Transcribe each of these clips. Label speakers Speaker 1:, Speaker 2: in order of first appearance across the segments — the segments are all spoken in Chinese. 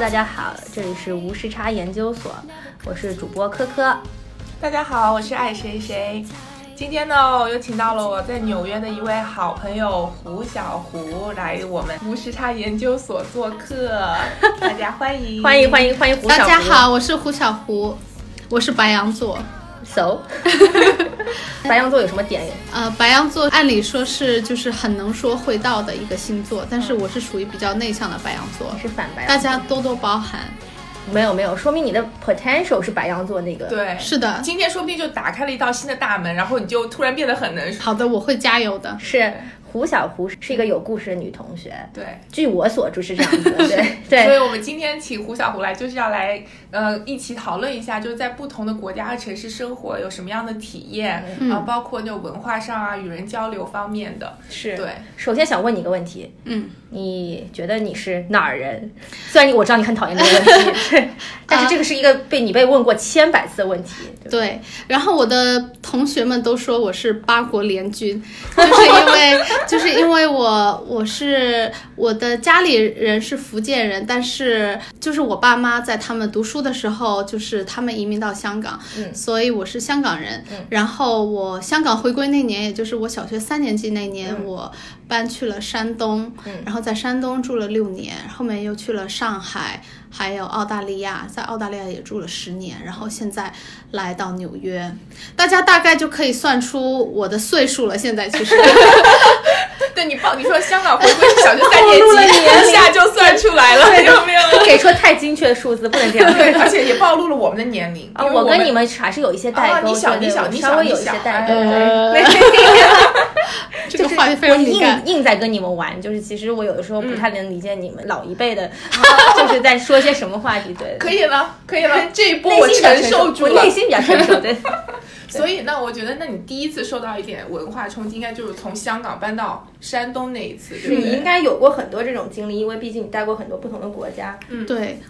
Speaker 1: 大家好，这里是无时差研究所，我是主播科科。
Speaker 2: 大家好，我是爱谁谁。今天呢，我又请到了我在纽约的一位好朋友胡小胡来我们无时差研究所做客，大家欢迎，
Speaker 1: 欢迎欢迎欢迎胡小
Speaker 3: 大
Speaker 1: 胡。
Speaker 3: 家好，我是胡小胡，我是白羊座。
Speaker 1: ，so，白羊座有什么点？
Speaker 3: 呃，白羊座按理说是就是很能说会道的一个星座，但是我是属于比较内向的白羊座，
Speaker 1: 是反白
Speaker 3: 大
Speaker 1: 羊？
Speaker 3: 家多多包涵。
Speaker 1: 没有没有，说明你的 potential 是白羊座那个。，
Speaker 2: 对，
Speaker 3: 是的，
Speaker 2: 今天说不定就打开了一道新的大门，然后你就突然变得很能说。
Speaker 3: 好的，我会加油的。
Speaker 1: 是胡小胡是一个有故事的女同学，
Speaker 2: 对，
Speaker 1: 据我所知是这样子 的。对
Speaker 2: 所以
Speaker 1: 对，
Speaker 2: 我们今天请胡小胡来，就是要来呃一起讨论一下，就是在不同的国家和城市生活有什么样的体验，
Speaker 3: 嗯
Speaker 2: 啊，包括那种文化上啊、与人交流方面的。
Speaker 1: 是
Speaker 2: 对，
Speaker 1: 首先想问你一个问题，
Speaker 3: 嗯，
Speaker 1: 你觉得你是哪儿人？虽然你我知道你很讨厌这个 问题，对但是这个是一个被你被问过千百次的问题。对吧
Speaker 3: 对，然后我的同学们都说我是八国联军， 就是因为 就是因为我我是我的家里人是福建人，但是就是我爸妈在他们读书的时候，就是他们移民到香港，
Speaker 1: 嗯
Speaker 3: 所以我是香港人。然后我香港回归那年，也就是我小学三年级那年，
Speaker 1: 嗯
Speaker 3: 我搬去了山东，然后在山东住了六年，后面又去了上海，还有澳大利亚，在澳大利亚也住了十年，然后现在来到纽约，大家大概就可以算出我的岁数了。现在 其实
Speaker 2: 对你报你说香港回归是小学三年
Speaker 1: 暴露了
Speaker 2: 级，
Speaker 1: 年龄
Speaker 2: 一下就算出来了，有没有？
Speaker 1: 给出太精确的数字，不能这样。
Speaker 2: 对，而且也暴露了我们的年龄。
Speaker 1: 啊，
Speaker 2: 因为我
Speaker 1: 我跟你们还是有一些代沟，
Speaker 2: 啊你小
Speaker 1: 对对
Speaker 2: 你小
Speaker 1: 我
Speaker 2: 你小
Speaker 1: 稍微有一
Speaker 2: 你
Speaker 1: 些
Speaker 2: 小
Speaker 1: 代沟。
Speaker 3: 呃
Speaker 1: 啊对
Speaker 3: 这
Speaker 1: 就
Speaker 3: 个
Speaker 1: 是
Speaker 3: 话题非
Speaker 1: 我
Speaker 3: 常敏感
Speaker 1: 硬。硬在跟你们玩，就是其实我有的时候不太能理解你们老一辈的， 就是在说些什么话题。对，
Speaker 2: 可以了，可以了， 这一波
Speaker 1: 内
Speaker 2: 我
Speaker 1: 心比较成
Speaker 2: 受住
Speaker 1: 我
Speaker 2: 了
Speaker 1: 内。心比较成熟。 对，
Speaker 2: 所以那我觉得，那你第一次受到一点文化冲击，应该就是从香港搬到山东那一次，对不
Speaker 1: 你应
Speaker 2: 对？
Speaker 1: 该有过很多这种经历，因为毕竟你待过很多不同的国家。
Speaker 3: 对，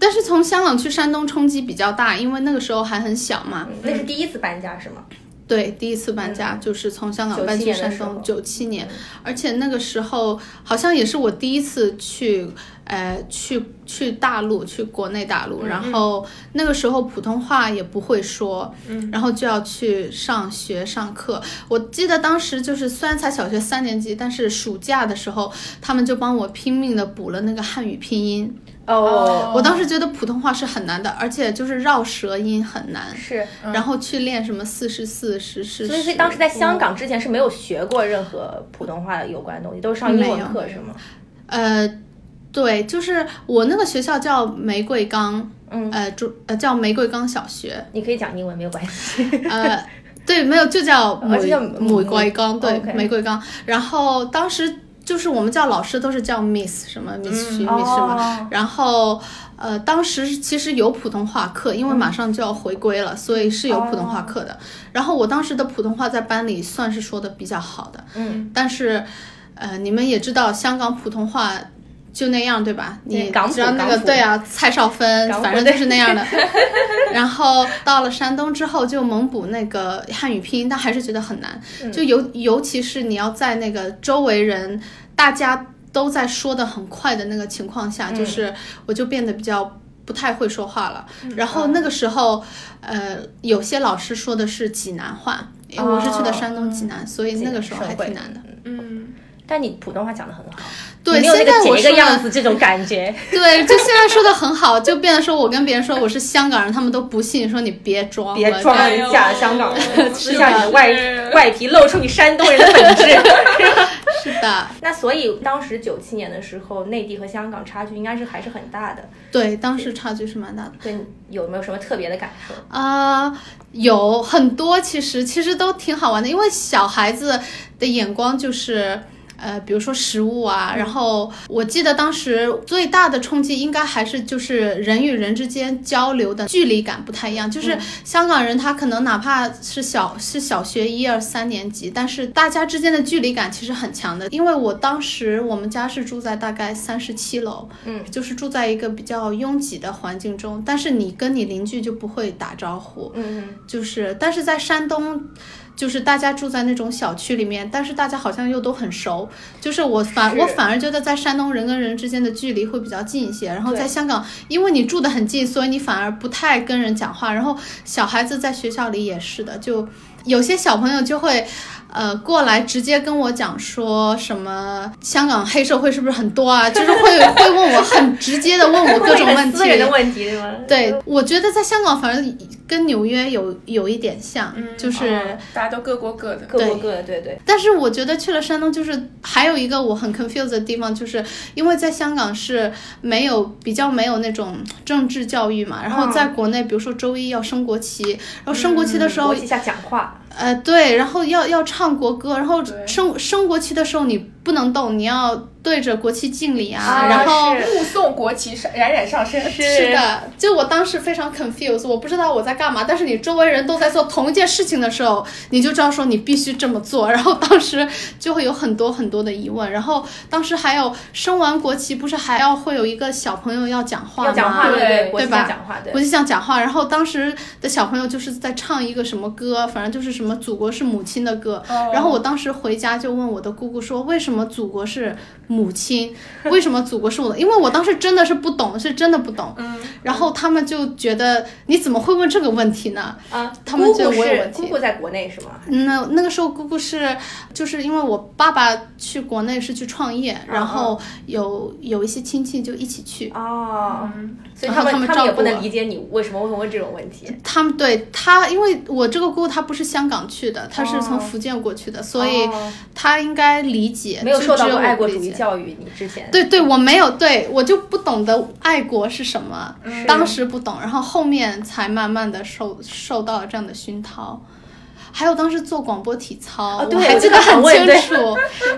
Speaker 3: 但是从香港去山东冲击比较大，因为那个时候还很小嘛。
Speaker 1: 那是第一次搬家是吗？
Speaker 3: 对，第一次搬家、就是从香港
Speaker 1: 97
Speaker 3: 搬
Speaker 1: 嗯
Speaker 3: 去
Speaker 1: 年的
Speaker 3: 山
Speaker 1: 时候嗯
Speaker 3: 东，九七年，而且那个时候好像也是我第一次去，呃，去去大陆，去国内大
Speaker 1: 嗯
Speaker 3: 陆，然后那个时候普通话也不会说，
Speaker 1: 嗯
Speaker 3: 然后就要去上学上课。我记得当时就是虽然才小学三年级，但是暑假的时候他们就帮我拼命的补了那个汉语拼音。
Speaker 2: 哦
Speaker 3: 我当时觉得普通话是很难的，而且就是绕舌音很难。
Speaker 1: 是。
Speaker 3: 然后去练什么四十四、十是，
Speaker 1: 所以，所以当时在香港之前是没有学过任何普通话的有关的东西，都是上英文课是吗？
Speaker 3: 呃，对，就是我那个学校叫玫瑰岗，
Speaker 1: 嗯
Speaker 3: 呃，主呃叫玫瑰岗小学，
Speaker 1: 你可以讲英文没有关系。
Speaker 3: 呃，对，没有就叫
Speaker 1: 哦就
Speaker 3: 玫
Speaker 1: 叫
Speaker 3: 玫瑰岗，对，
Speaker 1: OK
Speaker 3: 玫瑰岗。然后当时就是我们叫老师都是叫 Miss 什么 Miss 徐、Miss 什么，
Speaker 1: 嗯哦
Speaker 3: 然后呃，当时其实有普通话课，因为
Speaker 1: 嗯
Speaker 3: 马上就要回归了，所以是有普通话课
Speaker 1: 哦
Speaker 3: 的。然后我当时的普通话在班里算是说的比较好的，
Speaker 1: 嗯，
Speaker 3: 但是呃，你们也知道香港普通话。就那样对吧？
Speaker 1: 对
Speaker 3: 你
Speaker 1: 港普
Speaker 3: 知道那个
Speaker 1: 港普
Speaker 3: 对啊，蔡少芬
Speaker 1: 港，普
Speaker 3: 反正就是 那样的。然后到了山东之后，就猛补那个汉语拼音，但还是觉得很难。
Speaker 1: 嗯
Speaker 3: 就尤尤其是你要在那个周围人大家都在说的很快的那个情况下，
Speaker 1: 嗯
Speaker 3: 就是我就变得比较。不太会说话了，
Speaker 1: 嗯
Speaker 3: 然后
Speaker 1: 哦
Speaker 3: 那个时候，呃，有些老师说的是济南话，因为我是去的山东济
Speaker 1: 哦
Speaker 3: 南，所以那个时候还挺难的。
Speaker 2: 嗯，
Speaker 1: 但你普通话讲的很好，
Speaker 3: 对，
Speaker 1: 你没有那
Speaker 3: 现在
Speaker 1: 个
Speaker 3: 我
Speaker 1: 姐
Speaker 3: 说
Speaker 1: 个样
Speaker 3: 的，
Speaker 1: 子这种感 觉。
Speaker 3: 对，就现在说的很好，就变得说我跟别人说我是香港人，他们都不信，说你别装了，
Speaker 1: 别装了，
Speaker 2: 哎
Speaker 1: 你
Speaker 2: 呦
Speaker 1: 假香港 人，撕
Speaker 3: 是
Speaker 1: 下你
Speaker 3: 的
Speaker 1: 的外
Speaker 2: 是
Speaker 1: 外皮，露出你山东人的本 质。
Speaker 3: 是的，
Speaker 1: 那所以当时九七年的时候，内地和香港差距应该是还是很大的。
Speaker 3: 对，当时差距是蛮大的。
Speaker 1: 对，有没有什么特别的感受？
Speaker 3: 啊、有很多其实其实都挺好玩的，因为小孩子的眼光就是。呃，比如说食物啊，然后我记得当时最大的冲击应该还是就是人与人之间交流的距离感不太一样，就是香港人他可能哪怕是小是小学一二三年级，但是大家之间的距离感其实很强的，因为我当时我们家是住在大概三十七楼，就是住在一个比较拥挤的环境中，但是你跟你邻居就不会打招呼，
Speaker 1: 嗯，
Speaker 3: 就是但是在山东。就是大家住在那种小区里面，但是大家好像又都很熟。就是我反
Speaker 1: 是
Speaker 3: 我反而觉得在山东人跟人之间的距离会比较近一些，然后在
Speaker 1: 对
Speaker 3: 香港，因为你住得很近，所以你反而不太跟人讲话。然后小孩子在学校里也是的，就有些小朋友就会。呃，过来直接跟我讲说什么香港黑社会是不是很多啊？就是会会问我很直接的问我各种问
Speaker 1: 很
Speaker 3: 题，
Speaker 1: 私人的问题，对吗？
Speaker 3: 对，我觉得在香港反而跟纽约有有一点像，
Speaker 1: 嗯
Speaker 3: 就是、
Speaker 2: 哦大家都各过各的。
Speaker 1: 各过各的，对对。
Speaker 3: 但是我觉得去了山东，就是还有一个我很 confused 的地方，就是因为在香港是没有比较没有那种政治教育嘛，然后
Speaker 1: 嗯
Speaker 3: 在国内，比如说周一要升国旗，然后升国旗的时
Speaker 1: 嗯
Speaker 3: 候
Speaker 1: 国，际下讲话，
Speaker 3: 呃，对，然后要要唱国歌，然后
Speaker 2: 对
Speaker 3: 升升国旗的时候你不能动，你要对着国旗敬礼啊，
Speaker 1: 啊
Speaker 3: 然后
Speaker 1: 是
Speaker 2: 目送国旗上冉冉上升，
Speaker 3: 是的，就我当时非常 confused，我不知道我在干嘛，但是你周围人都在做同一件事情的时候，你就知道说你必须这么做。然后当时就会有很多很多的疑问，然后当时还有升完国旗，不是还要会有一个小朋友要讲话吗？
Speaker 1: 要讲话，对
Speaker 2: 对
Speaker 1: 国际
Speaker 3: 对吧
Speaker 1: 下讲话，对
Speaker 3: 我。就想讲话，然后当时的小朋友就是在唱一个什么歌，反正就是什么“祖国是母亲”的歌。
Speaker 2: 哦
Speaker 3: 然后我当时回家就问我的姑姑说：“为什么祖国是 母亲？为什么祖国是我的？”因为我当时真的是不懂，是真的不懂。
Speaker 2: 嗯，
Speaker 3: 然后他们就觉得你怎么会问这个问题呢？
Speaker 1: 啊，
Speaker 3: 他们觉得
Speaker 1: 姑姑
Speaker 3: 我有
Speaker 1: 是
Speaker 3: 问题
Speaker 1: 姑姑在国内是吗？
Speaker 3: 那那个时候姑姑是，就是因为我爸爸去国内是去创业，
Speaker 2: 哦
Speaker 3: 然后有有一些亲戚就一起去。
Speaker 1: 哦，
Speaker 2: 嗯
Speaker 1: 所以他们
Speaker 3: 然
Speaker 1: 他
Speaker 3: 后他们
Speaker 1: 们也
Speaker 3: 照顾
Speaker 1: 不
Speaker 3: 我
Speaker 1: 能理解你为什么会问这种问题。
Speaker 3: 他们对他，因为我这个姑姑她不是香港去的，她是
Speaker 2: 哦
Speaker 3: 从福建过去的，所以
Speaker 1: 哦
Speaker 3: 她应该理解，
Speaker 1: 没有
Speaker 3: 就
Speaker 1: 受到
Speaker 3: 只有
Speaker 1: 过
Speaker 3: 我
Speaker 1: 爱
Speaker 3: 不
Speaker 1: 国
Speaker 3: 理
Speaker 1: 主义
Speaker 3: 解
Speaker 1: 教育，你之前
Speaker 3: 对对，我没有，对我就不懂得爱国是什么，
Speaker 2: 嗯
Speaker 3: 当时不懂，然后后面才慢慢的受受到了这样的熏陶。还有当时做广播体操，
Speaker 1: 哦对
Speaker 3: 我还
Speaker 1: 我
Speaker 3: 记
Speaker 1: 就
Speaker 3: 得
Speaker 1: 想
Speaker 3: 很
Speaker 1: 问
Speaker 3: 清
Speaker 1: 对
Speaker 3: 楚，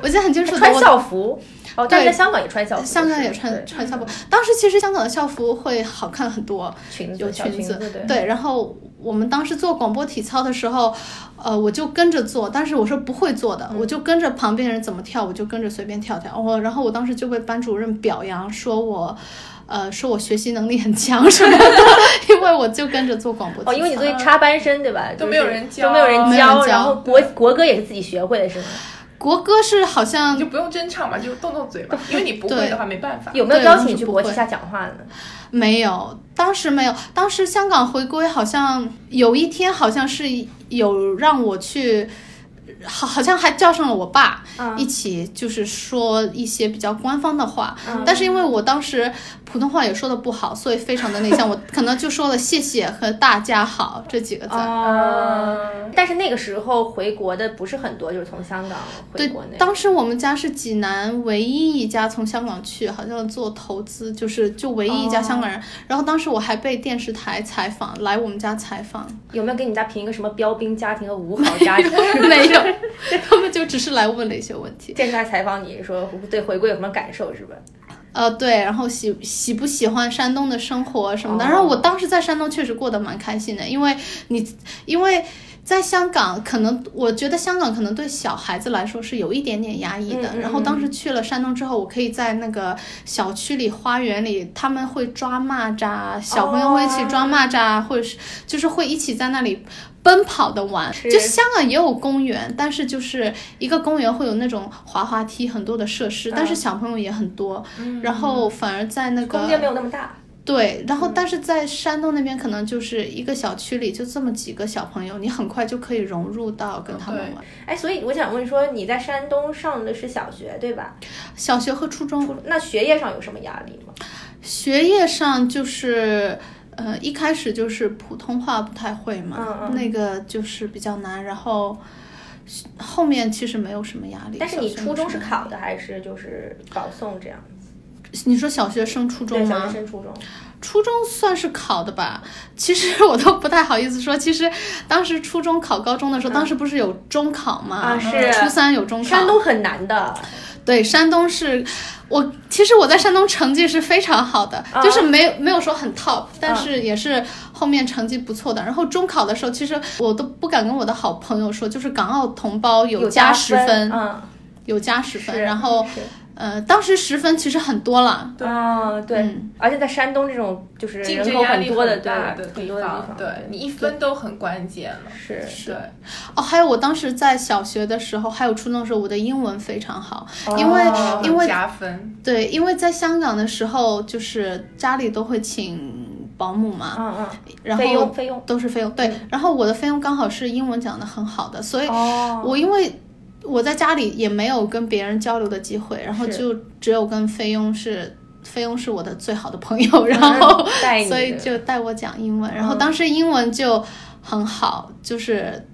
Speaker 3: 我记得很 清楚的。
Speaker 1: 穿
Speaker 3: 我
Speaker 1: 校服哦，但是
Speaker 3: 对
Speaker 1: 在香港也穿校服，
Speaker 3: 香港也
Speaker 1: 是
Speaker 3: 穿
Speaker 1: 对
Speaker 3: 穿校服，当时其实香港的校服会好看很多，
Speaker 1: 裙
Speaker 3: 有
Speaker 1: 子、小
Speaker 3: 裙
Speaker 1: 裙子，对。
Speaker 3: 对，然后我们当时做广播体操的时候，呃，我就跟着做，但是我是不会做的，
Speaker 1: 嗯
Speaker 3: 我就跟着旁边人怎么跳，我就跟着随便跳跳。哦，然后我当时就被班主任表扬，说我。呃，说我学习能力很强什么的， 因为我就跟着做广播体操。
Speaker 1: 哦，因为你作为插班生对吧？
Speaker 2: 都
Speaker 1: 就是
Speaker 2: 没有人教
Speaker 1: 都没有人
Speaker 3: 没有
Speaker 1: 教，
Speaker 3: 人教
Speaker 1: 然后国国歌也是自己学会的，是吗？
Speaker 3: 国歌是好像
Speaker 2: 你就不用真唱嘛，就动动 嘴嘛，因为你不会
Speaker 3: 对
Speaker 2: 的话没办法。
Speaker 1: 有没有
Speaker 3: 对
Speaker 1: 邀
Speaker 3: 我
Speaker 1: 请
Speaker 3: 是
Speaker 1: 你去
Speaker 3: 不
Speaker 1: 国旗
Speaker 3: 会
Speaker 1: 下讲话呢？
Speaker 3: 没有，当时没有。当时香港回归好像有一天，好像是有让我去，好好像还叫上了我爸、
Speaker 1: 嗯
Speaker 3: 一起，就是说一些比较官方的话。
Speaker 1: 嗯
Speaker 3: 但是因为我当时普通话也说的不好，所以非常的内向，我可能就说了谢谢和大家好这几个字。
Speaker 1: 哦，
Speaker 2: 嗯，
Speaker 1: 但是那个时候回国的不是很多，就是从香港回
Speaker 3: 对
Speaker 1: 国内，。
Speaker 3: 当时我们家是济南唯一一家从香港去，好像做投资，就是就唯一一家香港
Speaker 1: 哦
Speaker 3: 人。然后当时我还被电视台采访，来我们家采访，
Speaker 1: 有没有给你家评一个什么标兵家庭和五好家庭？
Speaker 3: 没有，他们就只是来问了一些问题。
Speaker 1: 电视台采访你说对回归有什么感受是吧？
Speaker 3: 呃，对，然后喜喜不喜欢山东的生活什么的。
Speaker 1: 哦
Speaker 3: 然后我当时在山东确实过得蛮开心的，因为你因为在香港，可能我觉得香港可能对小孩子来说是有一点点压抑的。
Speaker 1: 嗯嗯
Speaker 3: 然后当时去了山东之后，我可以在那个小区里、花园里，他们会抓蚂蚱，小朋友会一起抓蚂蚱，
Speaker 1: 哦
Speaker 3: 或者是就是会一起在那里。奔跑的玩，
Speaker 1: 是
Speaker 3: 就香港也有公园，但是就是一个公园会有那种滑滑梯，很多的设施，
Speaker 1: 嗯
Speaker 3: 但是小朋友也很多，然后反而在那
Speaker 1: 空间没
Speaker 3: 个
Speaker 1: 有那么嗯大，
Speaker 3: 对，然后但是在山东那边可能就是一个小区里就这么几个小朋友，你很快就可以融入到跟他们
Speaker 2: 对
Speaker 3: 玩。
Speaker 1: 哎，所以我想问说你在山东上的是小学对吧？
Speaker 3: 小学和初中
Speaker 1: 初那学业上有什么压力吗？
Speaker 3: 学业上就是。呃，一开始就是普通话不太会嘛，
Speaker 1: 嗯嗯
Speaker 3: 那个就是比较难。然后后面其实没有什么压力。
Speaker 1: 但是你
Speaker 3: 小学
Speaker 1: 初中
Speaker 3: 没
Speaker 1: 是
Speaker 3: 什么压
Speaker 1: 考的还是就是保送这样？
Speaker 3: 力？你说小学升初
Speaker 1: 对，
Speaker 3: 中
Speaker 1: 小
Speaker 3: 吗啊
Speaker 1: 学？升初中。
Speaker 3: 初中算是考的吧，其实 我都不太好意思说。其实当时初中考高中的时候，当时不是有中考嘛？
Speaker 1: 嗯
Speaker 3: 呃
Speaker 1: 啊是
Speaker 3: 初三有中考。
Speaker 1: 山东很难的，
Speaker 3: 对，山东是我其实我在山东成绩是非常好的，
Speaker 1: 啊
Speaker 3: 就是没没有说很 top，但是也是后面成绩不错的。然后中考的时候，其实我都不敢跟我的好朋友说，就是港澳同胞有加十
Speaker 1: 分，
Speaker 3: 分，
Speaker 1: 嗯，
Speaker 3: 有加十分。
Speaker 1: 是
Speaker 3: 然后
Speaker 1: 是
Speaker 3: 呃，当时十分其实很多了，
Speaker 2: 对
Speaker 1: 啊，对
Speaker 3: 嗯，
Speaker 1: 而且在山东这种就是
Speaker 2: 竞
Speaker 1: 人
Speaker 2: 争
Speaker 1: 口
Speaker 2: 压力
Speaker 1: 很多的，对
Speaker 2: 大的
Speaker 1: 很多的地方，
Speaker 2: 对你一分都很关键了。
Speaker 1: 是
Speaker 2: 对，
Speaker 3: 哦，还有我当时在小学的时候，还有初中的时候，我的英文非常好，因为
Speaker 1: 哦
Speaker 3: 因为
Speaker 2: 加分，
Speaker 3: 对，因为在香港的时候，就是家里都会请保姆嘛，
Speaker 1: 嗯
Speaker 3: 然
Speaker 1: 嗯，费用
Speaker 3: 后
Speaker 1: 费用嗯
Speaker 3: 都是费用。对，然后我的费用刚好是英文讲的很好的，所以
Speaker 1: 哦，
Speaker 3: 我因为我在家里也没有跟别人交流的机会，然后
Speaker 1: 是
Speaker 3: 就只有跟菲佣是。菲佣是我的最好的朋友，然 后
Speaker 1: 啊带你
Speaker 3: 所以
Speaker 1: 的
Speaker 3: 就带我讲英文，然后
Speaker 1: 嗯
Speaker 3: 当时英文就很好，就是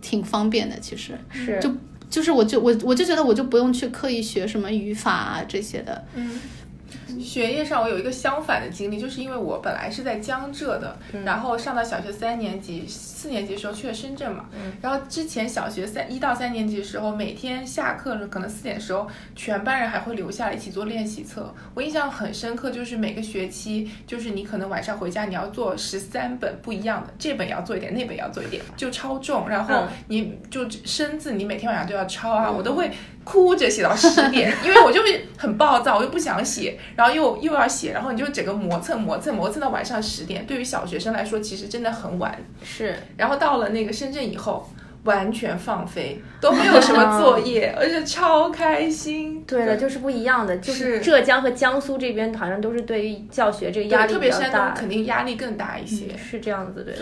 Speaker 3: 挺方便的。其实
Speaker 1: 是
Speaker 3: 就就是我就我我就觉得我就不用去刻意学什么语法啊这些的，
Speaker 2: 嗯。学业上我有一个相反的经历，就是因为我本来是在江浙的，
Speaker 1: 嗯
Speaker 2: 然后上到小学三年级、四年级的时候去了深圳嘛，然后之前小学三一到三年级的时候，每天下课了可能四点的时候，全班人还会留下来一起做练习册。我印象很深刻，就是每个学期，就是你可能晚上回家你要做十三本不一样的，这本也要做一点，那本也要做一点，就超重，然后
Speaker 1: 嗯
Speaker 2: 你就生字，你每天晚上都要抄啊，我都会。哭着写到十点， 因为我就是很暴躁，我又不想写，然后又又要写，然后你就整个磨蹭磨蹭磨蹭到晚上十点。对于小学生来说，其实真的很晚。
Speaker 1: 是
Speaker 2: 然后到了那个深圳以后，完全放飞，都没有什么作业，而且超开心。
Speaker 1: 对了，就是不一样的，就是
Speaker 2: 是
Speaker 1: 浙江和江苏这边好像都是对于教学这个
Speaker 2: 对，
Speaker 1: 压力
Speaker 2: 特
Speaker 1: 比
Speaker 2: 别
Speaker 1: 较
Speaker 2: 山
Speaker 1: 大
Speaker 2: 东，肯定压力更大一些。
Speaker 1: 是这样子对。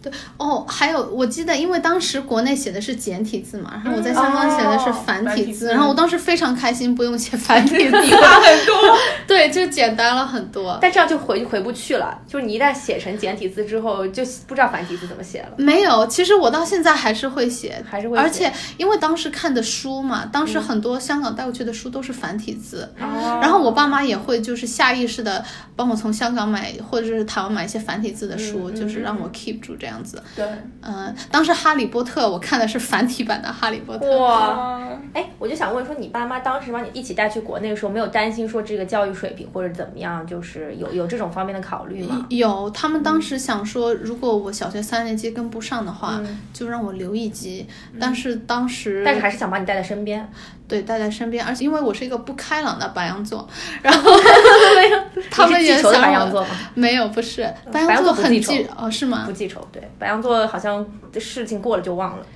Speaker 2: 对，
Speaker 3: 哦，还有我记得，因为当时国内写的是简体字嘛，然后我在
Speaker 2: 嗯
Speaker 3: 香港写的是
Speaker 2: 哦
Speaker 3: 繁
Speaker 2: 繁
Speaker 3: 体
Speaker 2: 体
Speaker 3: 字，
Speaker 2: 字
Speaker 3: 然后我当时非常开心，不用写 繁体字，
Speaker 2: 笔画很多。
Speaker 3: 对，就简单了很多。
Speaker 1: 但这样就回回不去了，就是你一旦写成简体字之后，就不知道繁体字怎么写了。
Speaker 3: 没有，其实我到现在还是会写，
Speaker 1: 还是会写嗯
Speaker 3: 而且因为当时看的书嘛，当时很多香港带过去的书都是繁体字，
Speaker 1: 哦
Speaker 3: 然后我爸妈也会就是下意识的帮我从香港买或者是台湾买一些繁体字的书，
Speaker 1: 嗯嗯
Speaker 3: 就是让我 keep 住这样子。
Speaker 2: 对，
Speaker 3: 嗯、当时《哈利波特》我看的是繁体版的《哈利波特》，
Speaker 1: 哇，
Speaker 2: 啊，
Speaker 1: 哎，我就想问说，你爸妈当时把你一起带去国内的时候，没有担心说这个教育水平或者怎么样，就是有有这种方面的考虑 吗？
Speaker 3: 有，他们当时想说，如果我小学三年级跟不上的话，就让我留一级。但是当时，
Speaker 1: 嗯但是还是想把你带在身边。
Speaker 3: 对带在身边，而且因为我是一个不开朗的白羊座，然后 他们
Speaker 1: 你是
Speaker 3: 也
Speaker 1: 记仇的
Speaker 3: 想
Speaker 1: 白
Speaker 3: 让
Speaker 1: 羊
Speaker 3: 我
Speaker 1: 座吗？
Speaker 3: 没有，不是白
Speaker 1: 嗯白
Speaker 3: 羊
Speaker 1: 羊
Speaker 3: 座
Speaker 1: 座不
Speaker 3: 很
Speaker 1: 记仇
Speaker 3: 记哦，是吗
Speaker 1: 不？记仇，对，白羊座好像事情过了就忘了，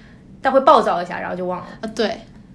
Speaker 1: 但会暴躁一下，然后就忘了。
Speaker 3: 啊，对，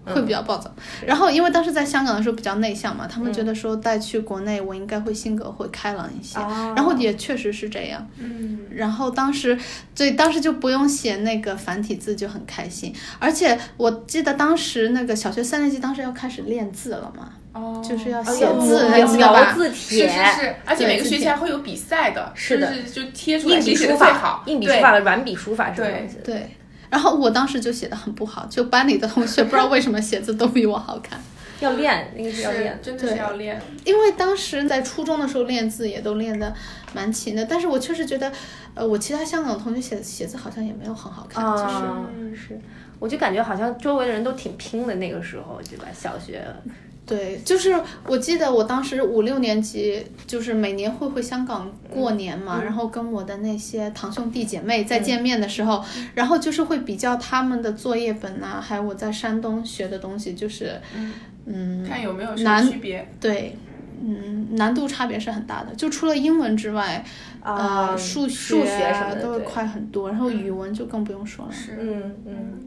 Speaker 1: 嗯
Speaker 3: 会比较暴躁。然后因为当时在香港的时候比较内向嘛，他们
Speaker 1: 嗯
Speaker 3: 觉得说带去国内我应该会性格会开朗一些，
Speaker 1: 哦
Speaker 3: 然后也确实是这样。
Speaker 2: 嗯，
Speaker 3: 然后当时，对，当时就不用写那个繁体字就很开心，而且我记得当时那个小学三年级，当时要开始练字了嘛，
Speaker 2: 哦，
Speaker 3: 就是要
Speaker 1: 哎
Speaker 3: 写
Speaker 1: 呦
Speaker 3: 字，
Speaker 1: 描
Speaker 3: 记得吧？
Speaker 1: 字
Speaker 2: 是
Speaker 1: 帖。
Speaker 2: 是是，而且
Speaker 3: 对
Speaker 2: 每个学期还会有比赛的，
Speaker 1: 是的
Speaker 2: 就是就贴出来
Speaker 1: 硬
Speaker 2: 谁
Speaker 1: 笔
Speaker 2: 写的
Speaker 1: 书
Speaker 2: 最
Speaker 1: 法
Speaker 2: 好，，
Speaker 1: 硬笔
Speaker 2: 对
Speaker 1: 书法和软笔书法是什么
Speaker 2: 对
Speaker 1: 东西？
Speaker 3: 对。然后我当时就写的很不好，就班里的同学不知道为什么写字都比我好看，
Speaker 1: 要练，那个是要练
Speaker 2: 是。真的是
Speaker 3: 对
Speaker 2: 要练。
Speaker 3: 因为当时在初中的时候练字也都练得蛮勤的，但是我确实觉得，呃，我其他香港同学写写字好像也没有很好看，其实
Speaker 1: 啊，是，我就感觉好像周围的人都挺拼的那个时候，对吧？小学，
Speaker 3: 对，就是我记得我当时五六年级，就是每年会回香港过
Speaker 1: 嗯
Speaker 3: 年嘛，然后跟我的那些堂兄弟姐妹再见面的时候，
Speaker 1: 嗯
Speaker 3: 然后就是会比较他们的作业本呐、还有我在山东学的东西，就是嗯，
Speaker 2: 看有没有什么
Speaker 3: 难
Speaker 2: 区别？
Speaker 3: 对，嗯，难度差别是很大的。就除了英文之外，
Speaker 1: 啊
Speaker 3: 呃，数
Speaker 1: 数学
Speaker 3: 啊
Speaker 1: 什么的
Speaker 3: 都会
Speaker 1: 对
Speaker 3: 快很多，然后语文就更不用说了。
Speaker 2: 是，
Speaker 1: 嗯嗯，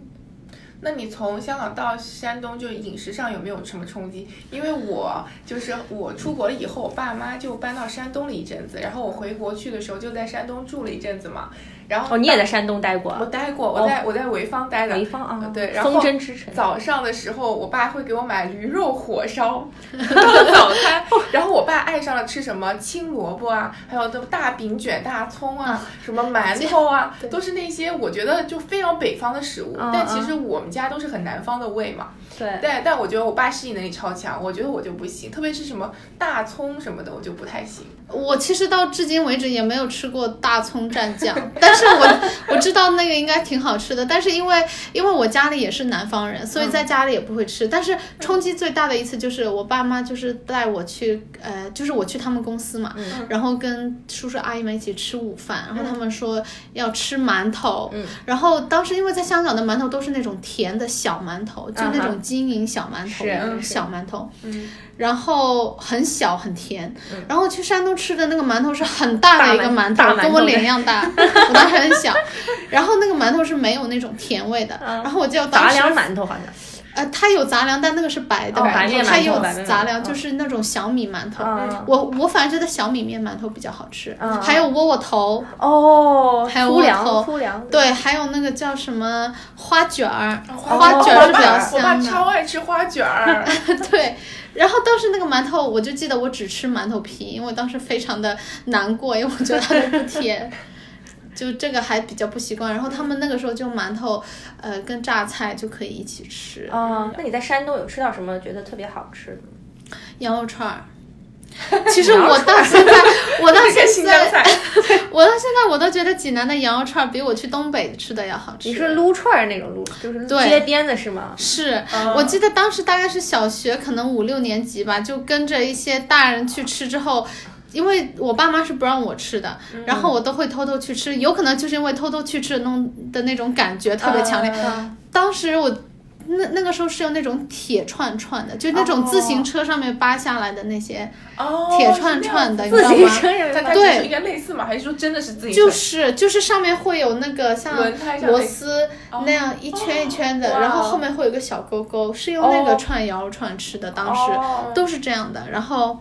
Speaker 2: 那你从香港到山东，就饮食上有没有什么冲击？因为我就是我出国了以后，我爸妈就搬到山东了一阵子，然后我回国去的时候就在山东住了一阵子嘛。然后
Speaker 1: 哦，你也在山东待过
Speaker 2: 我
Speaker 1: 啊，
Speaker 2: 待过，我在、我在潍坊待的
Speaker 1: 潍。坊啊，
Speaker 2: 对然后
Speaker 1: 风筝之城，
Speaker 2: 早上的时候，我爸会给我买驴肉 火烧当早餐，然后我爸爱上了吃什么青萝卜啊，还有那大饼卷大 葱啊，什么馒头啊，都是那些我觉得就非常北方的食物，
Speaker 1: 嗯
Speaker 2: 但其实我们家都是很南方的胃嘛。
Speaker 1: 对，
Speaker 2: 但但我觉得我爸适应能力超强，我觉得我就不行，特别是什么大葱什么的，我就不太行。
Speaker 3: 我其实到至今为止也没有吃过大葱蘸酱， 但是我我知道那个应该挺好吃的，但是因为因为我家里也是南方人，
Speaker 1: 嗯
Speaker 3: 所以在家里也不会吃。但是冲击最大的一次就是我爸妈就是带我去，呃，就是我去他们公司嘛，
Speaker 1: 嗯
Speaker 3: 然后跟叔叔阿姨们一起吃午饭，然后他们说要吃馒头，
Speaker 1: 嗯
Speaker 3: 然后当时因为在香港的馒头都是那种甜的小馒头，就那
Speaker 1: 嗯
Speaker 3: 种金银小馒头，
Speaker 1: 是
Speaker 2: 是
Speaker 3: 小馒头，
Speaker 2: 嗯，
Speaker 3: 然后很小很甜。嗯然后去山东吃的那个馒头是很大的一个馒
Speaker 1: 大
Speaker 3: 头，
Speaker 1: 馒大馒头
Speaker 3: 跟我脸一样大，我当时很小。 然后那个馒头是没有那种甜味的，
Speaker 1: 嗯
Speaker 3: 然后我就当
Speaker 1: 杂
Speaker 3: 时
Speaker 1: 粮馒头好像，
Speaker 3: 呃，它有杂粮，但那个是白的
Speaker 1: 哦
Speaker 3: 馒头，
Speaker 1: 白面
Speaker 3: 它
Speaker 1: 馒头
Speaker 3: 有
Speaker 1: 白面馒头
Speaker 3: 杂粮，
Speaker 1: 嗯
Speaker 3: 就是那种小米馒头。
Speaker 1: 嗯，
Speaker 3: 我我反而觉得小米面馒头比较好吃，
Speaker 1: 嗯嗯
Speaker 3: 还有窝窝头，
Speaker 2: 嗯
Speaker 1: 哦，
Speaker 3: 还有
Speaker 1: 粗粮，
Speaker 3: 窝头
Speaker 1: 粗粮，哦
Speaker 3: 对，还有那个叫什么花卷儿，
Speaker 1: 花
Speaker 3: 花
Speaker 1: 卷
Speaker 3: 卷
Speaker 1: 儿
Speaker 3: 儿
Speaker 2: 我
Speaker 3: 是
Speaker 2: 爸
Speaker 3: 比较
Speaker 2: 我爸
Speaker 3: 香的，
Speaker 2: 超爱吃花卷儿，
Speaker 3: 对。然后当时那个馒头，我就记得我只吃馒头皮，因为我当时非常的难过，因为我觉得它都不甜。就这个还比较不习惯，然后他们那个时候就馒头，呃，跟榨菜就可以一起吃。
Speaker 2: 嗯
Speaker 1: 啊，那你在山东有吃到什么觉得特别好吃的吗？
Speaker 3: 羊肉串儿。其实我到现在， 我 到
Speaker 2: 这个
Speaker 3: 现
Speaker 2: 新疆
Speaker 3: 在，
Speaker 2: 菜。
Speaker 3: 我到现在我都觉得济南的羊肉串儿比我去东北吃的要好吃。
Speaker 1: 你是撸串儿那种撸，就是
Speaker 3: 对
Speaker 1: 街边的是吗？
Speaker 3: 是
Speaker 2: 嗯
Speaker 3: 我记得当时大概是小学，可能五六年级吧，就跟着一些大人去吃之后。因为我爸妈是不让我吃的，
Speaker 2: 嗯
Speaker 3: 然后我都会偷偷去吃，有可能就是因为偷偷去吃弄的那种感觉特别强烈。
Speaker 2: 嗯
Speaker 3: 当时我那那个时候是有那种铁串串的，就那种自行车上面扒下来的那些
Speaker 2: 哦，
Speaker 3: 铁串串的，你知
Speaker 1: 自
Speaker 3: 道
Speaker 1: 行
Speaker 3: 吗？
Speaker 1: 车上面
Speaker 2: 但它
Speaker 1: 吗
Speaker 2: 就
Speaker 3: 对
Speaker 2: 是应该类似嘛？还是说真的是自己
Speaker 3: 就
Speaker 2: 串？
Speaker 3: 是就是上面会有那个像
Speaker 2: 轮胎上
Speaker 3: 螺
Speaker 2: 那个
Speaker 3: 丝
Speaker 2: 哦
Speaker 3: 那样一圈一圈的，
Speaker 2: 哇
Speaker 3: 然后后面会有个小勾勾，是用那
Speaker 2: 哦
Speaker 3: 个串羊肉串吃的，当时
Speaker 2: 哦
Speaker 3: 都是这样的。然后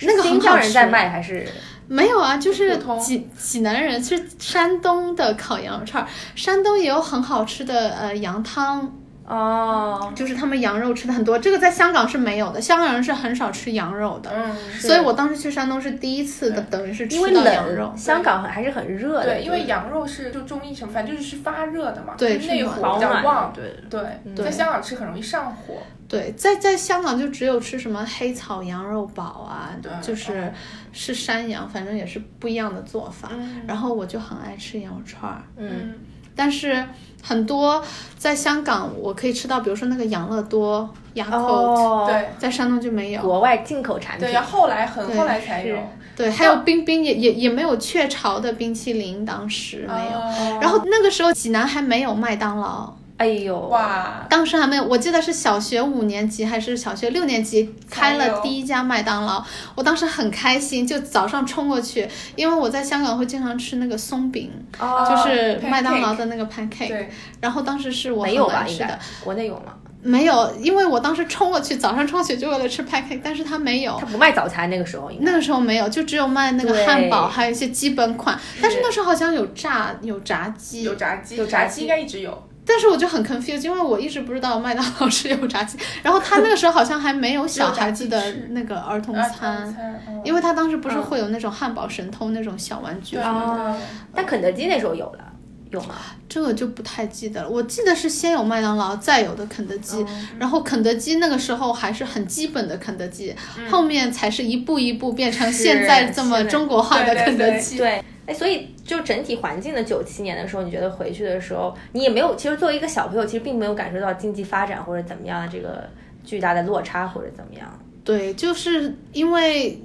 Speaker 3: 那个
Speaker 1: 新
Speaker 3: 很
Speaker 1: 疆
Speaker 3: 好
Speaker 1: 人
Speaker 3: 吃，
Speaker 1: 在卖还是？
Speaker 3: 没有啊，就是
Speaker 2: 普通
Speaker 3: 济济南人，其实山东的烤羊肉串儿，山东也有很好吃的呃羊汤。
Speaker 1: 哦，
Speaker 3: 就是他们羊肉吃的很多，这个在香港是没有的，香港人是很少吃羊肉的，
Speaker 2: 嗯，
Speaker 1: 是
Speaker 3: 所以我当时去山东是第一次的，等于是
Speaker 1: 因为
Speaker 3: 吃到羊肉
Speaker 1: 冷，，香港很还是很热的，
Speaker 2: 对，因为羊肉是就中医什么，反正就是是发热的嘛，
Speaker 3: 对
Speaker 2: 就是内
Speaker 3: 是
Speaker 2: 火
Speaker 1: 保
Speaker 2: 比较
Speaker 1: 暖
Speaker 2: 旺。
Speaker 1: 对。
Speaker 2: 对，
Speaker 1: 嗯
Speaker 2: 在香港吃很容易上火。
Speaker 3: 对，在在香港就只有吃什么黑炒羊肉煲啊
Speaker 2: 对，
Speaker 3: 就是是山羊，反正也是不一样的做法。
Speaker 2: 嗯
Speaker 3: 然后我就很爱吃羊肉串儿，
Speaker 1: 嗯，
Speaker 3: 但是很多在香港我可以吃到，比如说那个养乐多、鸭扣，
Speaker 1: 哦，
Speaker 2: 对
Speaker 3: 在山东就没有。
Speaker 1: 国外进口产品
Speaker 2: 对，要后来很
Speaker 3: 对
Speaker 2: 后来才有，
Speaker 3: 对，还有冰冰也也也没有雀巢的冰淇淋，当时没
Speaker 1: 哦
Speaker 3: 有。
Speaker 2: 有
Speaker 3: 然后那个时候济南还没有麦当劳，
Speaker 1: 哎呦，
Speaker 2: 哇，
Speaker 3: 当时还没有，我记得是小学五年级还是小学六年级开了第一家麦当劳，我当时很开心，就早上冲过去，因为我在香港会经常吃那个松饼，
Speaker 1: 哦，
Speaker 3: 就是麦当
Speaker 2: pancake
Speaker 3: 劳的那个 pancake，
Speaker 2: 对，
Speaker 3: 然后当时是我
Speaker 1: 没有
Speaker 3: 很
Speaker 1: 吧？
Speaker 3: 爱
Speaker 1: 应
Speaker 3: 吃
Speaker 1: 该
Speaker 3: 的，
Speaker 1: 国内有吗？
Speaker 3: 没有，因为我当时冲过去，早上冲过去就为了吃 pancake，但是它没有
Speaker 1: 他。不卖早餐那个时候应该
Speaker 3: 那个时候没有，就只有卖那个汉堡，
Speaker 1: 对
Speaker 3: 还有一些基本款。但是那时候好像有炸有炸鸡，
Speaker 2: 有炸鸡，
Speaker 1: 有炸
Speaker 2: 炸
Speaker 1: 鸡
Speaker 2: 鸡应该一直有。
Speaker 3: 但是我就很 confused，因为我一直不知道麦当劳是有炸鸡， 然后他那个时候好像还没 有小孩子的那个儿童
Speaker 2: 啊
Speaker 3: 餐，
Speaker 2: 餐，嗯
Speaker 3: 因为他当时不是会有那种汉堡神偷那种小玩具
Speaker 2: 对，
Speaker 3: 什么的，
Speaker 1: 哦但肯德基那时候有了，有吗？
Speaker 3: 这个就不太记得了。我记得是先有麦当劳，再有的肯德
Speaker 1: 哦
Speaker 3: 基，
Speaker 1: 嗯
Speaker 3: 然后肯德基那个时候还是很基本的肯德基，后面才是一步一步变成
Speaker 1: 嗯是
Speaker 3: 现在这么
Speaker 1: 现在
Speaker 3: 中国化
Speaker 2: 对
Speaker 3: 的
Speaker 2: 对
Speaker 3: 肯德
Speaker 2: 对
Speaker 3: 基。
Speaker 1: 对，哎，所以就整体环境的九七年的时候，你觉得回去的时候，你也没有，其实作为一个小朋友，其实并没有感受到经济发展或者怎么样啊的这个巨大的落差或者怎么样，啊
Speaker 3: 对，就是因为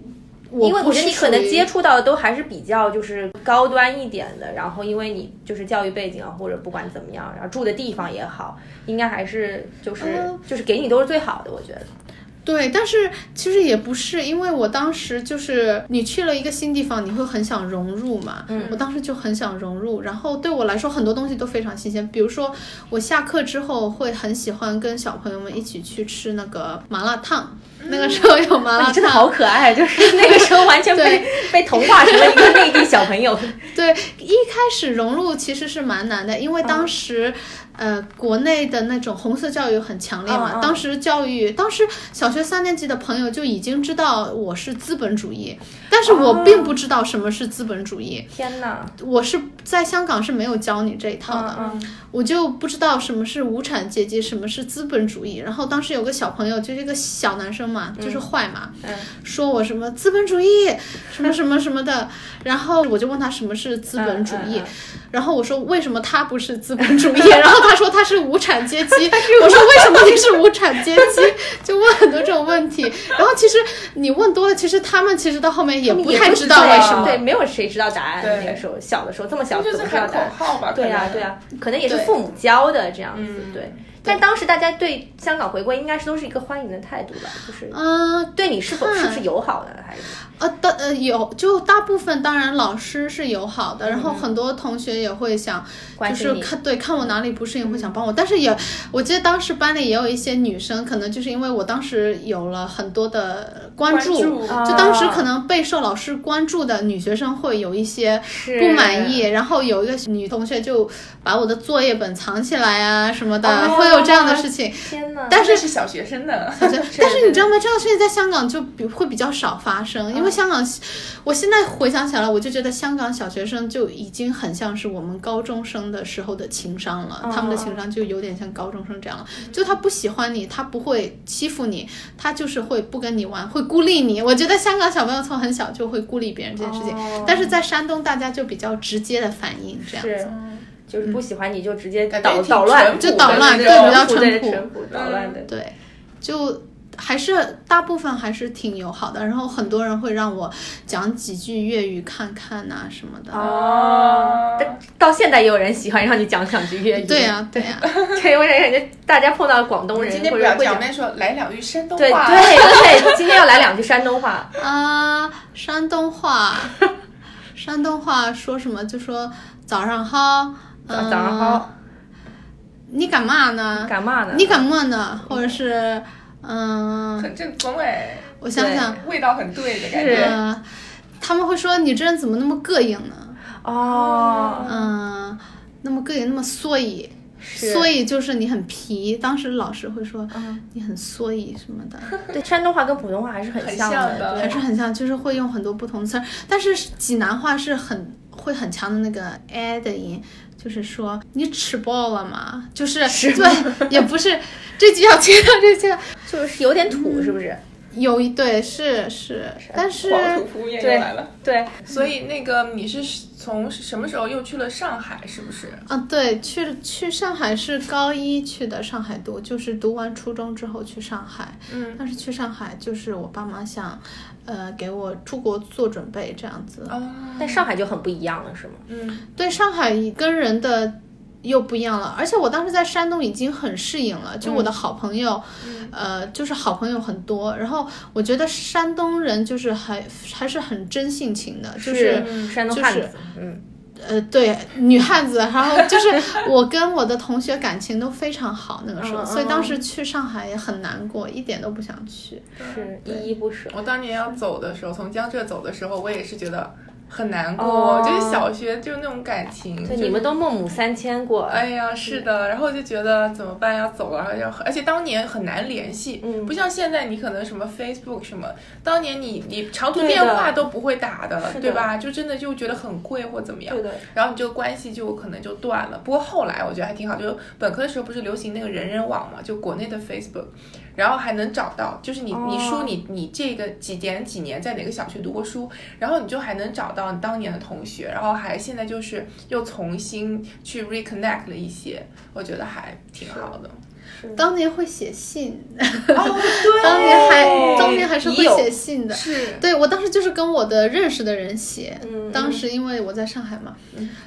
Speaker 3: 我
Speaker 1: 因为我
Speaker 3: 不
Speaker 1: 觉
Speaker 3: 是
Speaker 1: 得你可能
Speaker 3: 属于
Speaker 1: 接触到的都还是比较就是高端一点的，然后因为你就是教育背景啊，或者不管怎么样，然后住的地方也好，应该还是就是、
Speaker 3: 嗯啊
Speaker 1: 就是给你都是最好的，我觉得。
Speaker 3: 对，但是其实也不是，因为我当时就是你去了一个新地方，你会很想融入嘛。
Speaker 1: 嗯
Speaker 3: 我当时就很想融入，然后对我来说很多东西都非常新鲜，比如说我下课之后会很喜欢跟小朋友们一起去吃那个麻辣烫，那个时候有麻辣
Speaker 1: 哎你真的
Speaker 3: 烫
Speaker 1: 好，可爱，就是 那个时候完全被被同化成了一个内地小朋友。
Speaker 3: 对，一开始融入其实是蛮难的，因为
Speaker 1: 嗯
Speaker 3: 当时，呃，国内的那种红色教育很强烈嘛。
Speaker 1: 嗯嗯
Speaker 3: 当时教育，当时小学三年级的朋友就已经知道我是资本主义，但是我
Speaker 1: 哦
Speaker 3: 并不知道什么是资本主义。
Speaker 1: 天哪！
Speaker 3: 我是在香港是没有教你这一套的，
Speaker 1: 嗯
Speaker 3: 我就不知道什么是无产阶级，什么是资本主义。然后当时有个小朋友，就是一个小男生嘛，就是坏嘛，
Speaker 1: 嗯
Speaker 3: 说我什么资本主义，什么什么什么的，然后我就问他什么是资本主义，
Speaker 1: 嗯嗯嗯
Speaker 3: 然后我说为什么他不是资本 主义，然后他说他是无产阶级，我说为什么你是无产阶级， 就问很多这种问题，然后其实你问多了，其实他们其实到后面也不太知道为什么，
Speaker 1: 对，没有谁知道答案。
Speaker 2: 对
Speaker 1: 那个时候小的时候这么小
Speaker 2: 就
Speaker 1: 怎
Speaker 2: 是
Speaker 1: 么知道
Speaker 2: 喊
Speaker 1: 答
Speaker 2: 口
Speaker 1: 案？
Speaker 2: 号吧。
Speaker 1: 啊对呀、啊
Speaker 2: 呀
Speaker 1: 对呀、可能也是
Speaker 3: 对
Speaker 1: 父母教的这样子。
Speaker 2: 嗯
Speaker 1: 对，但当时大家对香港回归应该是都是一个欢迎的态度吧，就是
Speaker 3: 嗯，
Speaker 1: 对你是否
Speaker 3: 看
Speaker 1: 是不是友好的，还是
Speaker 3: 呃，大呃有就大部分当然老师是友好的，然后很多同学也会想，
Speaker 1: 嗯关
Speaker 3: 就
Speaker 1: 心
Speaker 3: 是
Speaker 1: 你？嗯
Speaker 3: 看对看我哪里不适应会想帮我，但是也我记得当时班里也有一些女生，可能就是因为我当时有了很多的关注，
Speaker 1: 啊
Speaker 3: 就当时可能备受老师关注的女学生会有一些
Speaker 1: 是
Speaker 3: 不满意，然后有一个女同学就把我的作业本藏起来啊什么的，
Speaker 2: 哦
Speaker 3: 会有这样的事情。
Speaker 1: 天哪！
Speaker 3: 但
Speaker 2: 但
Speaker 3: 是
Speaker 2: 啊是是小学生呢，
Speaker 3: 但是你知道吗？这样的事情在香港就比会比较少发生，因为香港，我现在回想起来，我就觉得香港小学生就已经很像是我们高中生的时候的情商了，
Speaker 1: 嗯
Speaker 3: 他们的情商就有点像高中生这样了。就他不喜欢你，他不会欺负你，他就是会不跟你玩，会孤立你。我觉得香港小朋友从很小就会孤立别人这件事情，
Speaker 1: 哦
Speaker 3: 但是在山东大家就比较直接的反应这样。
Speaker 1: 是就是不喜欢你就直接
Speaker 2: 感觉
Speaker 1: 捣
Speaker 2: 挺
Speaker 1: 捣乱，
Speaker 2: 淳朴
Speaker 3: 就捣
Speaker 2: 的
Speaker 3: 乱
Speaker 2: 那
Speaker 3: 对
Speaker 2: 种
Speaker 3: 比较
Speaker 1: 淳朴
Speaker 3: 淳朴
Speaker 1: 淳朴
Speaker 2: 嗯
Speaker 1: 捣乱的。
Speaker 3: 对，就还是大部分还是挺友好的。然后很多人会让我讲几句粤语看看呐、什么的。
Speaker 2: 啊
Speaker 1: 哦，啊但到现在也有人喜欢让你讲两句粤语。
Speaker 3: 对啊呀、对呀、
Speaker 1: 对，哎我感觉大家碰到广东人
Speaker 2: 今天
Speaker 1: 或
Speaker 2: 不
Speaker 1: 者
Speaker 2: 要
Speaker 1: 会
Speaker 2: 表
Speaker 1: 讲，
Speaker 2: 妹说来两句山东
Speaker 1: 对
Speaker 2: 话，
Speaker 1: 对对，今天要来两句山东话。
Speaker 3: 啊，山 东话，山东话说什么？就说早上好，
Speaker 1: 早
Speaker 3: 嗯
Speaker 1: 早上好，
Speaker 3: 你干嘛呢？
Speaker 1: 干嘛呢？
Speaker 3: 你干嘛呢？或者是，嗯、
Speaker 2: 很正宗哎，
Speaker 3: 我想想，
Speaker 2: 味道很对的感
Speaker 1: 对
Speaker 2: 觉。
Speaker 3: 嗯、他们会说你这人怎么那么膈应呢？
Speaker 1: 哦，
Speaker 3: 嗯，那么膈应，那么所以，
Speaker 1: 是
Speaker 3: 所以就是你很皮。当时老师会说
Speaker 1: 嗯
Speaker 3: 你很所以什么的，
Speaker 1: 对，山东话跟普通话还是很
Speaker 2: 很
Speaker 1: 像
Speaker 2: 像的
Speaker 1: 对
Speaker 3: 还是很像，就是会用很多不同的词儿。但是济南话是很会很强的那个 a 的音，就是说你吃饱了吗？ 就是对，也不是这句要切掉这句要，
Speaker 1: 就是有点土，是不是？
Speaker 3: 有一对是是，但是
Speaker 2: 黄土服务员又来了，
Speaker 1: 对，
Speaker 2: 所以那个你是从什么时候又去了上海？是不是？
Speaker 3: 啊，对，去去上海是高一去的上海读，就是读完初中之后去上海。
Speaker 2: 嗯，
Speaker 3: 当时去上海就是我爸妈想，呃，给我出国做准备这样子。
Speaker 2: 哦，
Speaker 1: 但上海就很不一样了，是吗？
Speaker 2: 嗯，
Speaker 3: 对，上海跟人的又不一样了，而且我当时在山东已经很适应了，就
Speaker 1: 嗯
Speaker 3: 我的好朋友，呃，就是好朋友很多。然后我觉得山东人就是还还是很真性情的，就是
Speaker 1: 嗯山东汉
Speaker 3: 就
Speaker 1: 子，嗯，
Speaker 3: 呃，对，女汉子，然后就是我跟我的同学感情都非常好，那个时候，
Speaker 1: 嗯
Speaker 3: 所以
Speaker 1: 嗯
Speaker 3: 当时去上海也很难过，一点都不想去。
Speaker 1: 是依依不舍。
Speaker 2: 我当年要走的时候，从江浙走的时候，我也是觉得很难过，
Speaker 1: 哦
Speaker 2: 就是小学就那种感情，
Speaker 1: 对，
Speaker 2: 就是
Speaker 1: 你们都孟母三迁过，
Speaker 2: 哎呀，是的，然后就觉得怎么办？要走了，要而且当年很难联系，
Speaker 1: 嗯
Speaker 2: 不像现在你可能什么 Facebook 什么，当年你你长途
Speaker 1: 对的
Speaker 2: 电话都不会打的，
Speaker 1: 是的
Speaker 2: 对吧？就真的就觉得很贵或怎么样
Speaker 1: 对，的，
Speaker 2: 然后你这个关系就可能就断了。不过后来我觉得还挺好，就是本科的时候不是流行那个人人网嘛，就国内的 Facebook，然后还能找到，就是你、
Speaker 1: 哦
Speaker 2: 你说你你这个几点几年在哪个小学读过书，然后你就还能找到你当年的同学，然后还现在就是又重新去 reconnect 了一些，我觉得还挺好的。
Speaker 3: 当年会写信，
Speaker 2: 哦，对
Speaker 3: 当年还
Speaker 1: 哦
Speaker 3: 当年还是会
Speaker 1: 也有
Speaker 3: 写信的。
Speaker 2: 是
Speaker 3: 对我当时就是跟我的认识的人写，
Speaker 1: 嗯
Speaker 3: 当时因为我在上海嘛，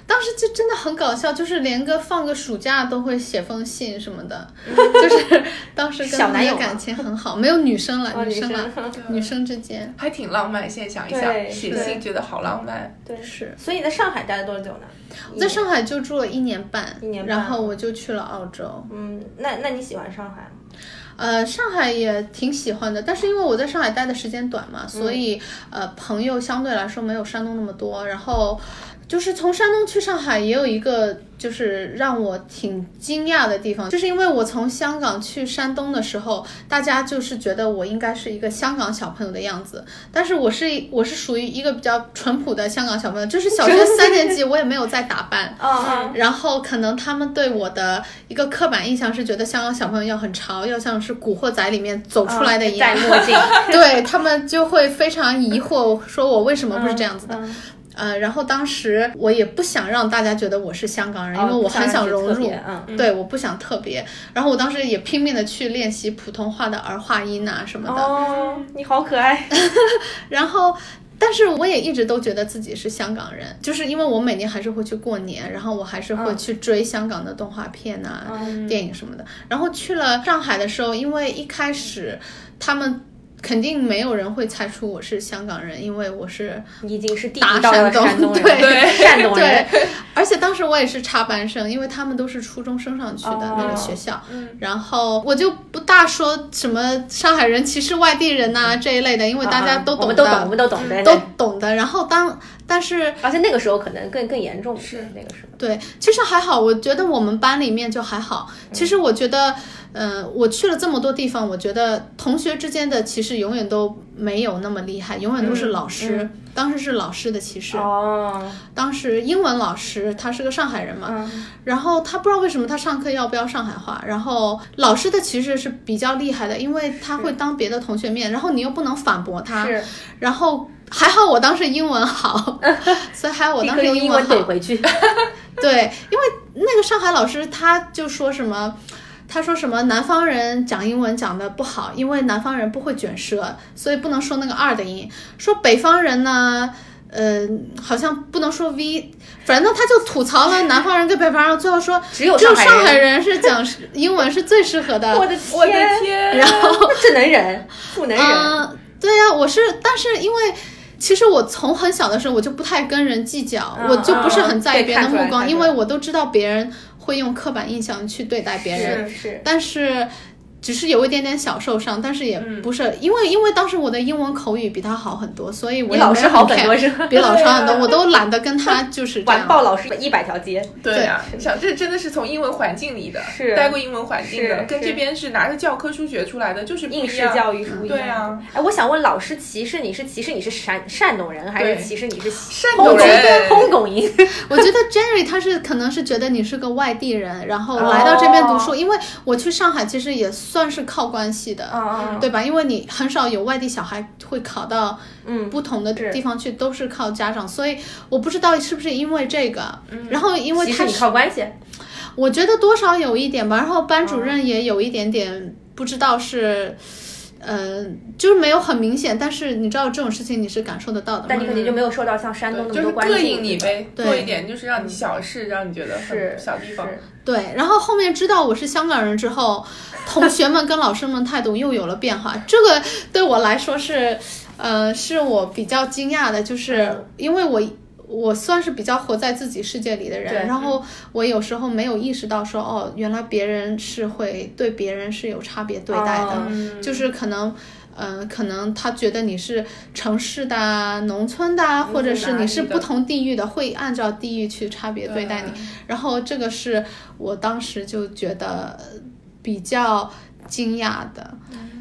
Speaker 3: 当时就真的很搞笑，就是连个放个暑假都会写封信什么的，就是当时
Speaker 1: 嗯
Speaker 3: 跟
Speaker 1: 小
Speaker 3: 他们
Speaker 1: 男友
Speaker 3: 的
Speaker 1: 吗
Speaker 3: 感情很好，没有女生了，
Speaker 1: 哦，
Speaker 3: 女
Speaker 1: 女
Speaker 3: 生了，
Speaker 1: 生，
Speaker 3: 女生之间
Speaker 2: 还挺浪漫。现在想一
Speaker 1: 对
Speaker 2: 想，写
Speaker 1: 对
Speaker 2: 信觉得好浪漫。
Speaker 1: 对。
Speaker 3: 是。
Speaker 1: 所以你在上海待了多久呢？
Speaker 3: 我在上海就住了一年半，
Speaker 1: 嗯一年半
Speaker 3: 然后我就去了澳洲。
Speaker 1: 嗯，那那你喜欢上海吗？
Speaker 3: 呃，上海也挺喜欢的，但是因为我在上海待的时间短嘛，所以、呃，朋友相对来说没有山东那么多。然后就是从山东去上海，也有一个就是让我挺惊讶的地方，就是因为我从香港去山东的时候，大家就是觉得我应该是一个香港小朋友的样子，但是我是我是属于一个比较淳朴的香港小朋友，就是小学三年级我也没有在打扮。
Speaker 1: 嗯
Speaker 3: 然后可能他们对我的一个刻板印象是觉得香港小朋友要很潮，要像是《古惑仔》里面走出来的一样
Speaker 1: 戴。呃墨镜，
Speaker 3: 对他们就会非常疑惑，说我为什么不是这样子的？
Speaker 1: 嗯
Speaker 3: 呃，然后当时我也不想让大家觉得我是香港
Speaker 1: 哦
Speaker 3: 人，因为我很想融入。
Speaker 1: 嗯，
Speaker 3: 对，我不想特别。然后我当时也拼命的去练习
Speaker 1: 哦
Speaker 3: 普通话的儿化音啊什么的。
Speaker 1: 哦，你好可爱，
Speaker 3: 然后。但是我也一直都觉得自己是香港人，就是因为我每年还是会去过年，然后我还是会
Speaker 1: 嗯
Speaker 3: 去追香港的动画片呐、
Speaker 1: 嗯
Speaker 3: 电影什么的。然后去了上海的时候，因为一开始他们肯定没有人会猜出我是香港人，因为我是
Speaker 1: 已经是第
Speaker 3: 打
Speaker 1: 一道的
Speaker 3: 山东
Speaker 1: 山东人，
Speaker 3: 对
Speaker 1: 山东人，
Speaker 3: 对， 而且当时我也是插班生，因为他们都是初中升上去的那个
Speaker 1: 哦
Speaker 3: 学校。
Speaker 2: 嗯，
Speaker 3: 然后我就不大说什么上海人歧视外地人呐、这一类的，因为大家都
Speaker 1: 嗯我
Speaker 3: 懂
Speaker 1: 们
Speaker 3: 的，
Speaker 1: 嗯都懂，我们都懂，对
Speaker 3: 都
Speaker 1: 对。
Speaker 3: 懂的。然后当但是
Speaker 1: 而且那个时候可能更更严重，
Speaker 2: 是
Speaker 1: 那个时候，
Speaker 3: 对，其实还好，我觉得我们班里面就还好。
Speaker 1: 嗯
Speaker 3: 其实我觉得，呃，我去了这么多地方，我觉得同学之间的歧视永远都没有那么厉害，永远都是老师。当时是老师的歧视，
Speaker 1: 嗯哦，
Speaker 3: 当时英文老师他是个上海人嘛，
Speaker 1: 嗯，
Speaker 3: 然后他不知道为什么他上课要标上海话，然后老师的歧视是比较厉害的，因为他会当别的同学面，然后你又不能反驳他，
Speaker 1: 是，
Speaker 3: 然后还好我当时英 文好，所以还好我
Speaker 1: 立
Speaker 3: 当
Speaker 1: 刻
Speaker 3: 时
Speaker 1: 用英
Speaker 3: 文
Speaker 1: 文
Speaker 3: 好
Speaker 1: 怼，回 去，
Speaker 3: 对，因为那个上海老师他就说什么。他说什么南方人讲英文讲的不好，因为南方人不会卷舌，所以不能说那个二的音。说北方人呢，呃，好像不能说 v，反正他就吐槽了南方人跟北方人，最后说
Speaker 1: 只有
Speaker 3: 只有
Speaker 1: 海
Speaker 3: 上海人是讲英文是最适合 的。
Speaker 1: 我的
Speaker 2: 我的
Speaker 1: 天，
Speaker 2: 天，
Speaker 3: 然后，
Speaker 1: 这能忍，不能
Speaker 3: 嗯、
Speaker 1: 忍，
Speaker 3: 对呀、我是，但是因为其实我从很小的时候我就不太跟人计较，
Speaker 1: 嗯
Speaker 3: 我就不是很在意
Speaker 1: 嗯嗯
Speaker 3: 别人的目光，
Speaker 2: 对看出来
Speaker 3: 因为我都知道别人会用刻板印象去对待别人，
Speaker 1: 是是，
Speaker 3: 但是。只是有一点点小受伤，但是也
Speaker 2: 嗯
Speaker 3: 不是、因为因为当时我的英文口语比他好很多，所以我
Speaker 1: 比
Speaker 3: 也
Speaker 1: 老
Speaker 3: 没
Speaker 1: 师
Speaker 3: 有
Speaker 1: 好很
Speaker 3: care，
Speaker 1: 多是吧？
Speaker 3: 比老师好很多，
Speaker 2: 对啊
Speaker 3: 我都懒得跟他就是这
Speaker 1: 完
Speaker 3: 样。
Speaker 1: 爆老师一百条街，
Speaker 2: 对啊，想这真的是从英文环境里的，
Speaker 1: 是
Speaker 2: 待过英文环境的，
Speaker 1: 是
Speaker 2: 跟
Speaker 1: 是
Speaker 2: 这边是拿着教科书学出来的，就是不
Speaker 1: 应
Speaker 2: 一
Speaker 1: 试
Speaker 2: 样。
Speaker 1: 教育是不一样的。
Speaker 2: 对啊，
Speaker 1: 哎，我想问老师歧视你是歧视你是山山东人，还
Speaker 2: 对
Speaker 1: 是歧视你是山
Speaker 2: 山东人
Speaker 1: 通狗营？
Speaker 3: 我觉得 Jerry 他是可能是觉得你是个外地人，然
Speaker 1: 哦
Speaker 3: 后来到这边读书，因为我去上海其实也算是靠关系的。
Speaker 2: 嗯
Speaker 3: 对吧？因为你很少有外地小孩会考到
Speaker 1: 嗯，
Speaker 3: 不同的
Speaker 1: 是
Speaker 3: 地方去，都是靠家长，所以我不知道是不是因为这个。然后因为
Speaker 1: 歧视
Speaker 3: 他
Speaker 1: 你
Speaker 3: 是
Speaker 1: 嗯靠嗯关系，
Speaker 3: 我觉得多少有一点吧。然后班主任也有一点点不知道是，呃，就是没有很明显，但是你知道这种事情你是感受得到的
Speaker 1: 但
Speaker 3: 嘛
Speaker 1: 你肯定就没有受到像山东那么
Speaker 2: 对就是
Speaker 1: 多关注。嗯
Speaker 2: 膈应你呗，
Speaker 3: 对
Speaker 2: 做一点就是让你小事，让你觉得
Speaker 1: 是
Speaker 2: 很小地方。
Speaker 1: 是
Speaker 3: 对，然后后面知道我是香港人之后，同学们跟老师们态度又有了变化。这个对我来说是，呃，是我比较惊讶的，就是
Speaker 1: 嗯
Speaker 3: 因为我我算是比较活在自己世界里的
Speaker 1: 对
Speaker 3: 人，然
Speaker 2: 嗯
Speaker 3: 后我有时候没有意识到说，哦，原来别人是会对别人是有差别对待的，
Speaker 1: 哦
Speaker 2: 嗯
Speaker 3: 就是可能。呃，可能他觉得你是城市的啊、农村的啊，或者
Speaker 2: 嗯
Speaker 3: 是
Speaker 2: 哪
Speaker 3: 你
Speaker 2: 里
Speaker 3: 是
Speaker 2: 的
Speaker 3: 不同地域的，会按照地域去差别对待你。然后这个是我当时就觉得比较惊讶的，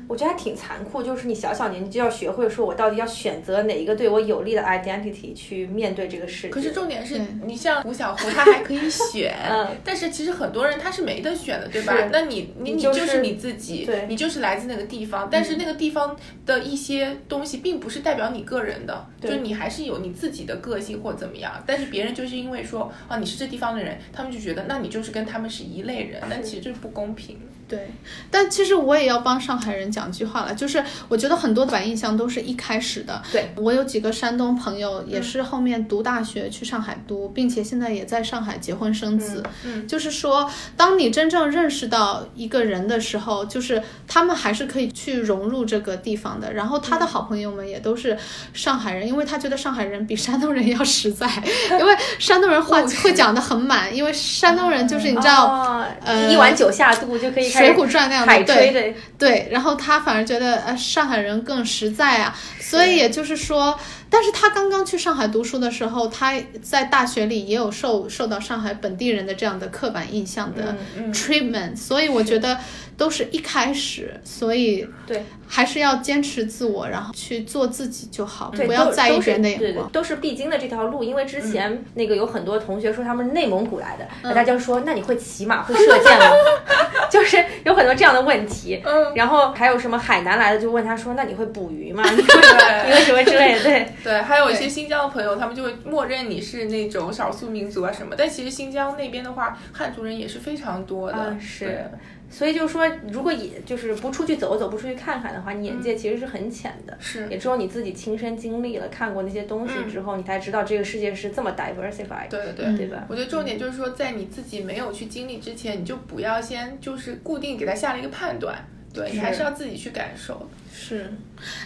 Speaker 1: 我觉得还挺残酷，就是你小小年纪就要学会说，我到底要选择哪一个对我有利的 identity 去面对这个世界。
Speaker 2: 可是重点是
Speaker 3: 对
Speaker 2: 你像胡小胡， 他还可以选
Speaker 1: 嗯，
Speaker 2: 但是其实很多人他是没得选的，对吧
Speaker 1: 是？
Speaker 2: 那你你
Speaker 1: 你
Speaker 2: 你
Speaker 1: 就
Speaker 2: 就是是你自己
Speaker 1: 对，嗯
Speaker 2: 你就是来自那个地方，但是那个地方的一些东西并不是代表你个人的，
Speaker 1: 对
Speaker 2: 就你还是有你自己的个性或怎么样。但是别人就是因为说啊你是这地方的人，他们就觉得那你就是跟他们是一类人，但其实这是不公平。
Speaker 3: 对。但其实我也要帮上海人讲句话了，就是我觉得很多反印象都是一开始的。
Speaker 1: 对嗯
Speaker 3: 我有几个山东朋友也是后面读大学去上海读，并且现在也在上海结婚生子。
Speaker 2: 嗯
Speaker 3: 就是说，当你真正认识到一个人的时候，就是他们还是可以去融入这个地方的。然后
Speaker 1: 嗯
Speaker 3: 他的好朋友们也都是上海人，因为他觉得上海人比山东人要实在， 因为山东人话会讲得很满，因为山东人就是你知道。
Speaker 1: 哦
Speaker 3: 呃
Speaker 1: 一碗酒下肚就可以
Speaker 3: 《
Speaker 1: 开
Speaker 3: 水
Speaker 1: 始
Speaker 3: 浒传》那样
Speaker 1: 海
Speaker 3: 的，
Speaker 1: 吹
Speaker 3: 对
Speaker 1: 的，
Speaker 3: 对，然后他反而觉得呃上海人更实在啊，所以也就是说，但是他刚刚去上海读书的时候，他在大学里也有受受到上海本地人的这样的刻板印象的
Speaker 1: 嗯
Speaker 2: 嗯，
Speaker 3: treatment，所以我觉得都是一开始，所以
Speaker 1: 对
Speaker 3: 还是要坚持自我，然后去做自己就好，
Speaker 1: 对，
Speaker 3: 不要
Speaker 1: 都
Speaker 3: 在意
Speaker 1: 都是
Speaker 3: 别人的
Speaker 1: 对
Speaker 3: 眼
Speaker 1: 对
Speaker 3: 光。，嗯
Speaker 1: 都是必经的这条路。因为之前那个有很多同学说他们是内蒙古来的，那大家说那你会骑马会射箭吗？ 就是有很多这样的问题。
Speaker 2: 嗯，
Speaker 1: 然后还有什么海南来的就问他说那你会捕鱼 吗？你 会
Speaker 2: 对
Speaker 1: 你会什么之类的？对，
Speaker 2: 对，还有一些
Speaker 3: 对
Speaker 2: 新疆的朋友，他们就会默认你是那种少数民族啊什么，但其实新疆那边的话，汉族人也是非常多的。
Speaker 1: 啊是
Speaker 2: 对，
Speaker 1: 所以就是说，如果也就是不出去走走，不出去看看的话，你眼界其实是很浅的。
Speaker 2: 嗯是嗯
Speaker 1: 也只有你自己亲身经历了、看过那些东西之后，你才知道这个世界是这么 diversified，
Speaker 2: 对对对。
Speaker 1: 对吧？嗯
Speaker 2: 我觉得重点就是说，在你自己没有去经历之前，你就不要先就是固定给他下了一个判断，对你还是要自己去感受。
Speaker 3: 是，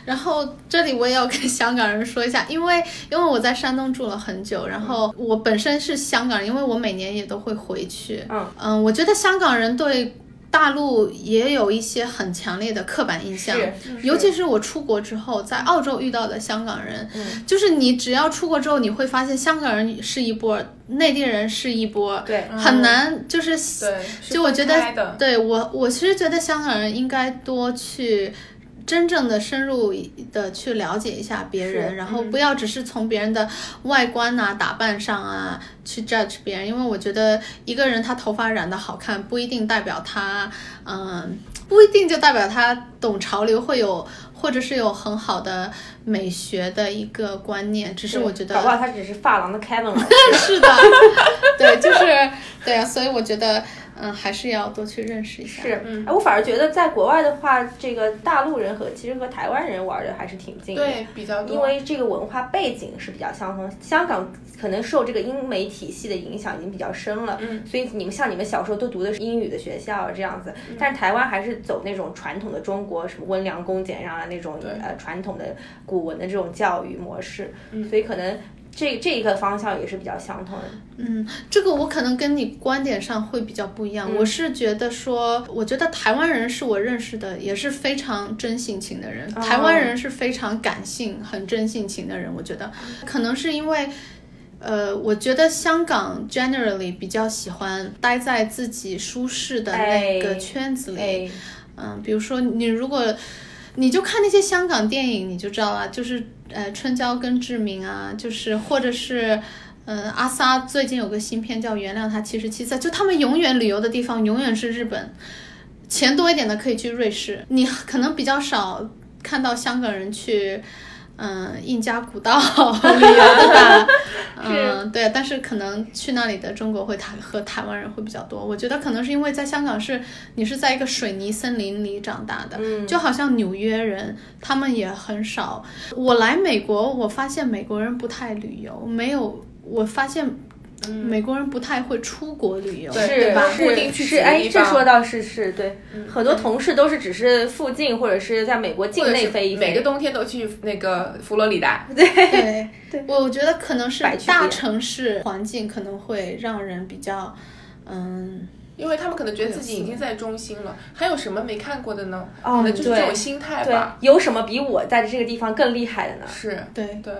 Speaker 3: 然后这里我也要跟香港人说一下，因为因为我在山东住了很久，
Speaker 1: 嗯
Speaker 3: 然后我本身是香港人，因为我每年也都会回去。
Speaker 1: 嗯
Speaker 3: 我觉得香港人对大陆也有一些很强烈的刻板印象，
Speaker 1: 是
Speaker 3: 尤其是我出国之后，在澳洲遇到的香港人，
Speaker 1: 嗯
Speaker 3: 就是你只要出国之后，你会发现香港人是一波，内地人是一波，
Speaker 1: 对嗯
Speaker 3: 很难就是
Speaker 2: 对，
Speaker 3: 就我觉得
Speaker 2: 是分开的
Speaker 3: 对我，我其实觉得香港人应该多去真正的深入的去了解一下别人，
Speaker 1: 嗯
Speaker 3: 然后不要只是从别人的外观啊、打扮上啊去 judge 别人，因为我觉得一个人他头发染的好看，不一定代表他，嗯，不一定就代表他懂潮流，会有或者是有很好的美学的一个观念，只是我觉得
Speaker 1: 搞不好他只是发廊的 Kevin 老师
Speaker 3: 是的，对，就是对啊，所以我觉得，嗯，还是要多去认识一下。
Speaker 1: 是，
Speaker 2: 嗯
Speaker 1: 哎，我反而觉得在国外的话，这个大陆人和其实和台湾人玩的还是挺近的。
Speaker 2: 对比较多，
Speaker 1: 因为这个文化背景是比较相同，香港可能受这个英美体系的影响已经比较深了，
Speaker 2: 嗯，
Speaker 1: 所以你们像你们小时候都读的是英语的学校这样子，
Speaker 2: 嗯
Speaker 1: 但是台湾还是走那种传统的中国什么温良恭俭让啊那种
Speaker 2: 对
Speaker 1: 呃传统的古文的这种教育模式，
Speaker 2: 嗯
Speaker 1: 所以可能这这一个方向也是比较相同的，
Speaker 3: 嗯，这个我可能跟你观点上会比较不一样。我
Speaker 1: 嗯
Speaker 3: 是觉得说，我觉得台湾人是我认识的，也是非常真性情的人。
Speaker 1: 哦
Speaker 3: 台湾人是非常感性、很真性情的人。我觉得，可能是因为。呃，我觉得香港 generally 比较喜欢待在自己舒适的那
Speaker 1: 哎
Speaker 3: 个圈子里，
Speaker 1: 哎，
Speaker 3: 嗯，比如说你如果你就看那些香港电影，你就知道了，就是呃春娇跟志明啊，就是或者是。嗯，阿萨最近有个新片叫《原谅他七十七载》，就他们永远旅游的地方永远是日本，钱多一点的可以去瑞士，你可能比较少看到香港人去，嗯、印加古道旅游的吧？ 嗯，对，但是可能去那里的中国会台和台湾人会比较多。我觉得可能是因为在香港是你是在一个水泥森林里长大的，就好像纽约人他们也很少。我来美国，我发现美国人不太旅游，没有，我发现。美国人不太会出国旅游，
Speaker 2: 对
Speaker 1: 是
Speaker 3: 吧？
Speaker 1: 是
Speaker 2: 固定去
Speaker 1: 是，
Speaker 2: 几个
Speaker 1: 哎，
Speaker 2: 地
Speaker 1: 这
Speaker 2: 方
Speaker 1: 说到是是对，
Speaker 2: 嗯
Speaker 1: 很多同事都是只是附近或者是在美国境
Speaker 2: 或者
Speaker 1: 内
Speaker 2: 是
Speaker 1: 飞一飞，
Speaker 2: 每个冬天都去那个佛罗里达，
Speaker 3: 对，我我觉得可能是
Speaker 1: 百区别
Speaker 3: 大城市环境可能会让人比较，嗯，
Speaker 2: 因为他们可能觉得自己已经在中心了，还有什么没看过的呢？
Speaker 1: 哦
Speaker 2: 可能就是这
Speaker 1: 对
Speaker 2: 种心态
Speaker 1: 对
Speaker 2: 吧。，
Speaker 1: 有什么比我在这个地方更厉害的呢？
Speaker 2: 是，
Speaker 3: 对，
Speaker 2: 对，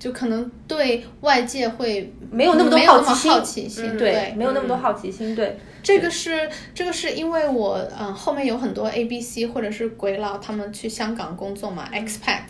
Speaker 3: 就可能对外界会
Speaker 1: 没有那么多
Speaker 3: 没有那么
Speaker 1: 奇
Speaker 3: 好
Speaker 1: 心，
Speaker 3: 奇心，
Speaker 2: 嗯
Speaker 1: 对，没有那么多
Speaker 2: 嗯
Speaker 1: 好奇心，对，
Speaker 3: 这个是这个是因为我嗯后面有很多 A B C 或者是鬼佬他们去香港工作嘛，expat，、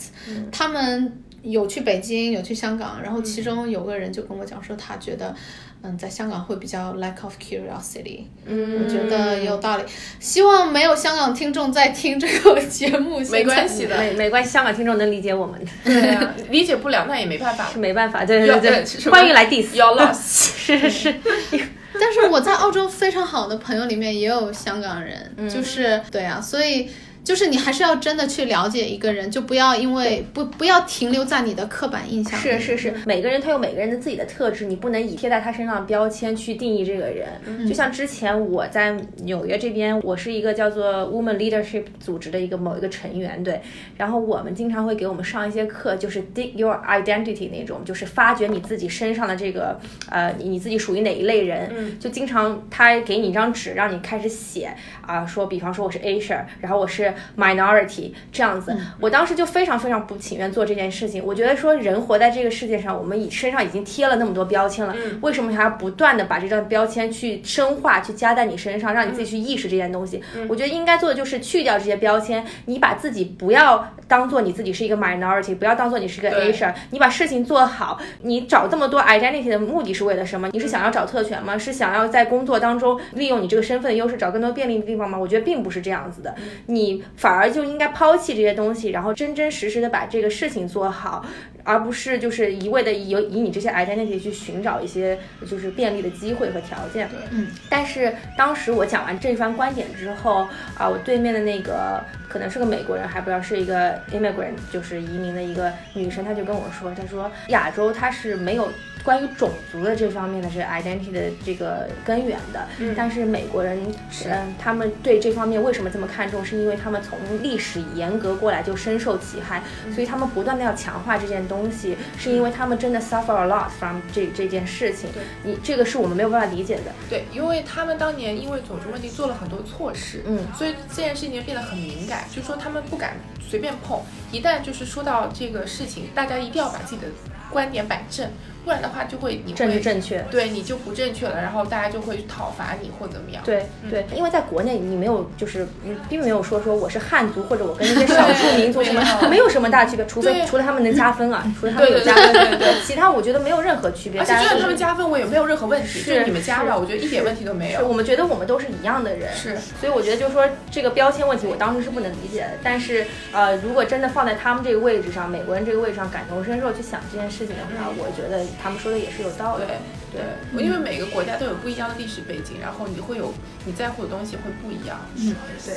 Speaker 3: 他
Speaker 2: 嗯
Speaker 3: 们有去北京有去香港，然后其中有个人就跟我讲说他觉得嗯在香港会比较 lack of curiosity，
Speaker 1: 嗯，
Speaker 3: 我觉得也有道理。希望没有香港听众在听这个节目，
Speaker 2: 没关系
Speaker 3: 嗯
Speaker 2: 的。
Speaker 1: 没没关系，香港听众能理解我们，
Speaker 2: 对啊，理解不了那也没办法
Speaker 1: 是。没办法，对
Speaker 2: 要呃
Speaker 1: 对对
Speaker 2: 是什
Speaker 1: 对，
Speaker 2: 么
Speaker 1: 欢迎来 diss，
Speaker 2: Your loss，
Speaker 1: 是是是，
Speaker 3: 但是我在澳洲非常好的朋友里面也有香港人，就是对啊，所以就是你还是要真的去了解一个人，就不要因为不不要停留在你的刻板印象里。
Speaker 1: 是是是，每个人他有每个人的自己的特质，你不能以贴在他身上的标签去定义这个人。就像之前我在纽约这边，我是一个叫做 Woman Leadership 组织的一个某一个成员，对。然后我们经常会给我们上一些课，就是 Dig Your Identity 那种，就是发掘你自己身上的这个呃，你你自己属于哪一类人。就经常他给你一张纸，让你开始写啊，说比方说我是 Asia，然后我是 minority 这样子。我当时就非常非常不情愿做这件事情。我觉得说人活在这个世界上，我们已身上已经贴了那么多标签了，为什么还要不断的把这张标签去深化，去加在你身上，让你自己去意识这件东西？我觉得应该做的就是去掉这些标签，你把自己不要当做你自己是一个 minority，不要当做你是个
Speaker 2: 对
Speaker 1: Asian，你把事情做好。你找这么多 identity 的目的是为了什么？你是想要找特权吗？
Speaker 2: 嗯
Speaker 1: 是想要在工作当中利用你这个身份优势找更多便利的地方吗？我觉得并不是这样子的，
Speaker 2: 嗯
Speaker 1: 你反而就应该抛弃这些东西，然后真真实实的把这个事情做好，而不是就是一味的以以你这些 identity 去寻找一些就是便利的机会和条件。
Speaker 2: 对
Speaker 3: 嗯，
Speaker 1: 但是当时我讲完这番观点之后啊，我对面的那个可能是个美国人，还不知道是一个 immigrant，就是移民的一个女生，她就跟我说，她说亚洲它是没有关于种族的这方面的这 identity 的这个根源的，
Speaker 2: 嗯
Speaker 1: 但是美国人，
Speaker 3: 是
Speaker 1: 嗯，他们对这方面为什么这么看重，是因为他们从历史严格过来就深受其害，
Speaker 2: 嗯
Speaker 1: 所以他们不断的要强化这件东西，是因为他们真的 suffer a lot from 这这件事情
Speaker 2: 对，
Speaker 1: 你这个是我们没有办法理解的，
Speaker 2: 对，因为他们当年因为种族问题做了很多措施，
Speaker 1: 嗯。
Speaker 2: 所以这件事情变得很敏感，就说他们不敢随便碰。一旦就是说到这个事情，大家一定要把自己的观点摆正，不然的话就会你
Speaker 1: 政治
Speaker 2: 会
Speaker 1: 正确。
Speaker 2: 对你就不正确了，然后大家就会讨伐你或怎么样。
Speaker 1: 对
Speaker 2: 嗯
Speaker 1: 对，因为在国内你没有就是嗯并没有说说我是汉族或者我跟一 些少数民族什么
Speaker 2: 没有
Speaker 1: 没有什么大区别，除非
Speaker 2: 对
Speaker 1: 除了他们能加分啊，除了他
Speaker 2: 对
Speaker 1: 们有
Speaker 2: 对
Speaker 1: 加
Speaker 2: 对
Speaker 1: 分，
Speaker 2: 对对对。
Speaker 1: 其他我觉得没有任何区别。
Speaker 2: 而且
Speaker 1: 大
Speaker 2: 就
Speaker 1: 家
Speaker 2: 算
Speaker 1: 都
Speaker 2: 他们加分，我也没有任何问题，
Speaker 1: 是
Speaker 2: 就是你们加吧，
Speaker 1: 是
Speaker 2: 我觉得一点问题都没
Speaker 1: 是
Speaker 2: 有。
Speaker 1: 我们觉得我们都是一样的人，
Speaker 2: 是，
Speaker 1: 所以我觉得就是说这个标签问题，我当时是不能理解的。但是呃，如果真的放在他们这个位置上，美国人这个位置上，感同身受去想这件事情的话，我觉得他们说的也是有道理
Speaker 2: 对。对，我因为每个国家都有不一样的历史背景，然后你会有你在乎的东西会不一样。
Speaker 3: 嗯，
Speaker 2: 对，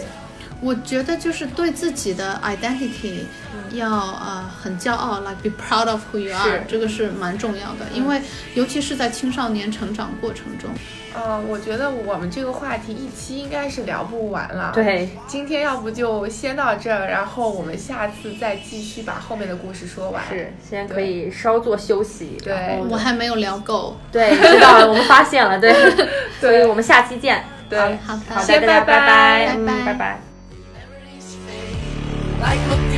Speaker 3: 我觉得就是对自己的 identity 要呃很骄傲，like be proud of who you are，
Speaker 2: 是
Speaker 3: 这个是蛮重要的，因为尤其是在青少年成长过程中，
Speaker 2: 呃，我觉得我们这个话题一期应该是聊不完了。，
Speaker 1: 对，
Speaker 2: 今天要不就先到这儿，然后我们下次再继续把后面的故事说完。
Speaker 1: 是，现在可以稍作休息。
Speaker 2: 对
Speaker 1: 然后
Speaker 3: 我还没有聊够。
Speaker 1: 对，知道了，我们发现了，对，所以我们下期见。
Speaker 2: 对。
Speaker 3: 好的，
Speaker 1: 好的，
Speaker 2: 先
Speaker 1: 大家
Speaker 2: 拜
Speaker 1: 拜
Speaker 2: 拜
Speaker 1: 拜，嗯
Speaker 3: 拜拜
Speaker 1: 拜拜。
Speaker 4: Like a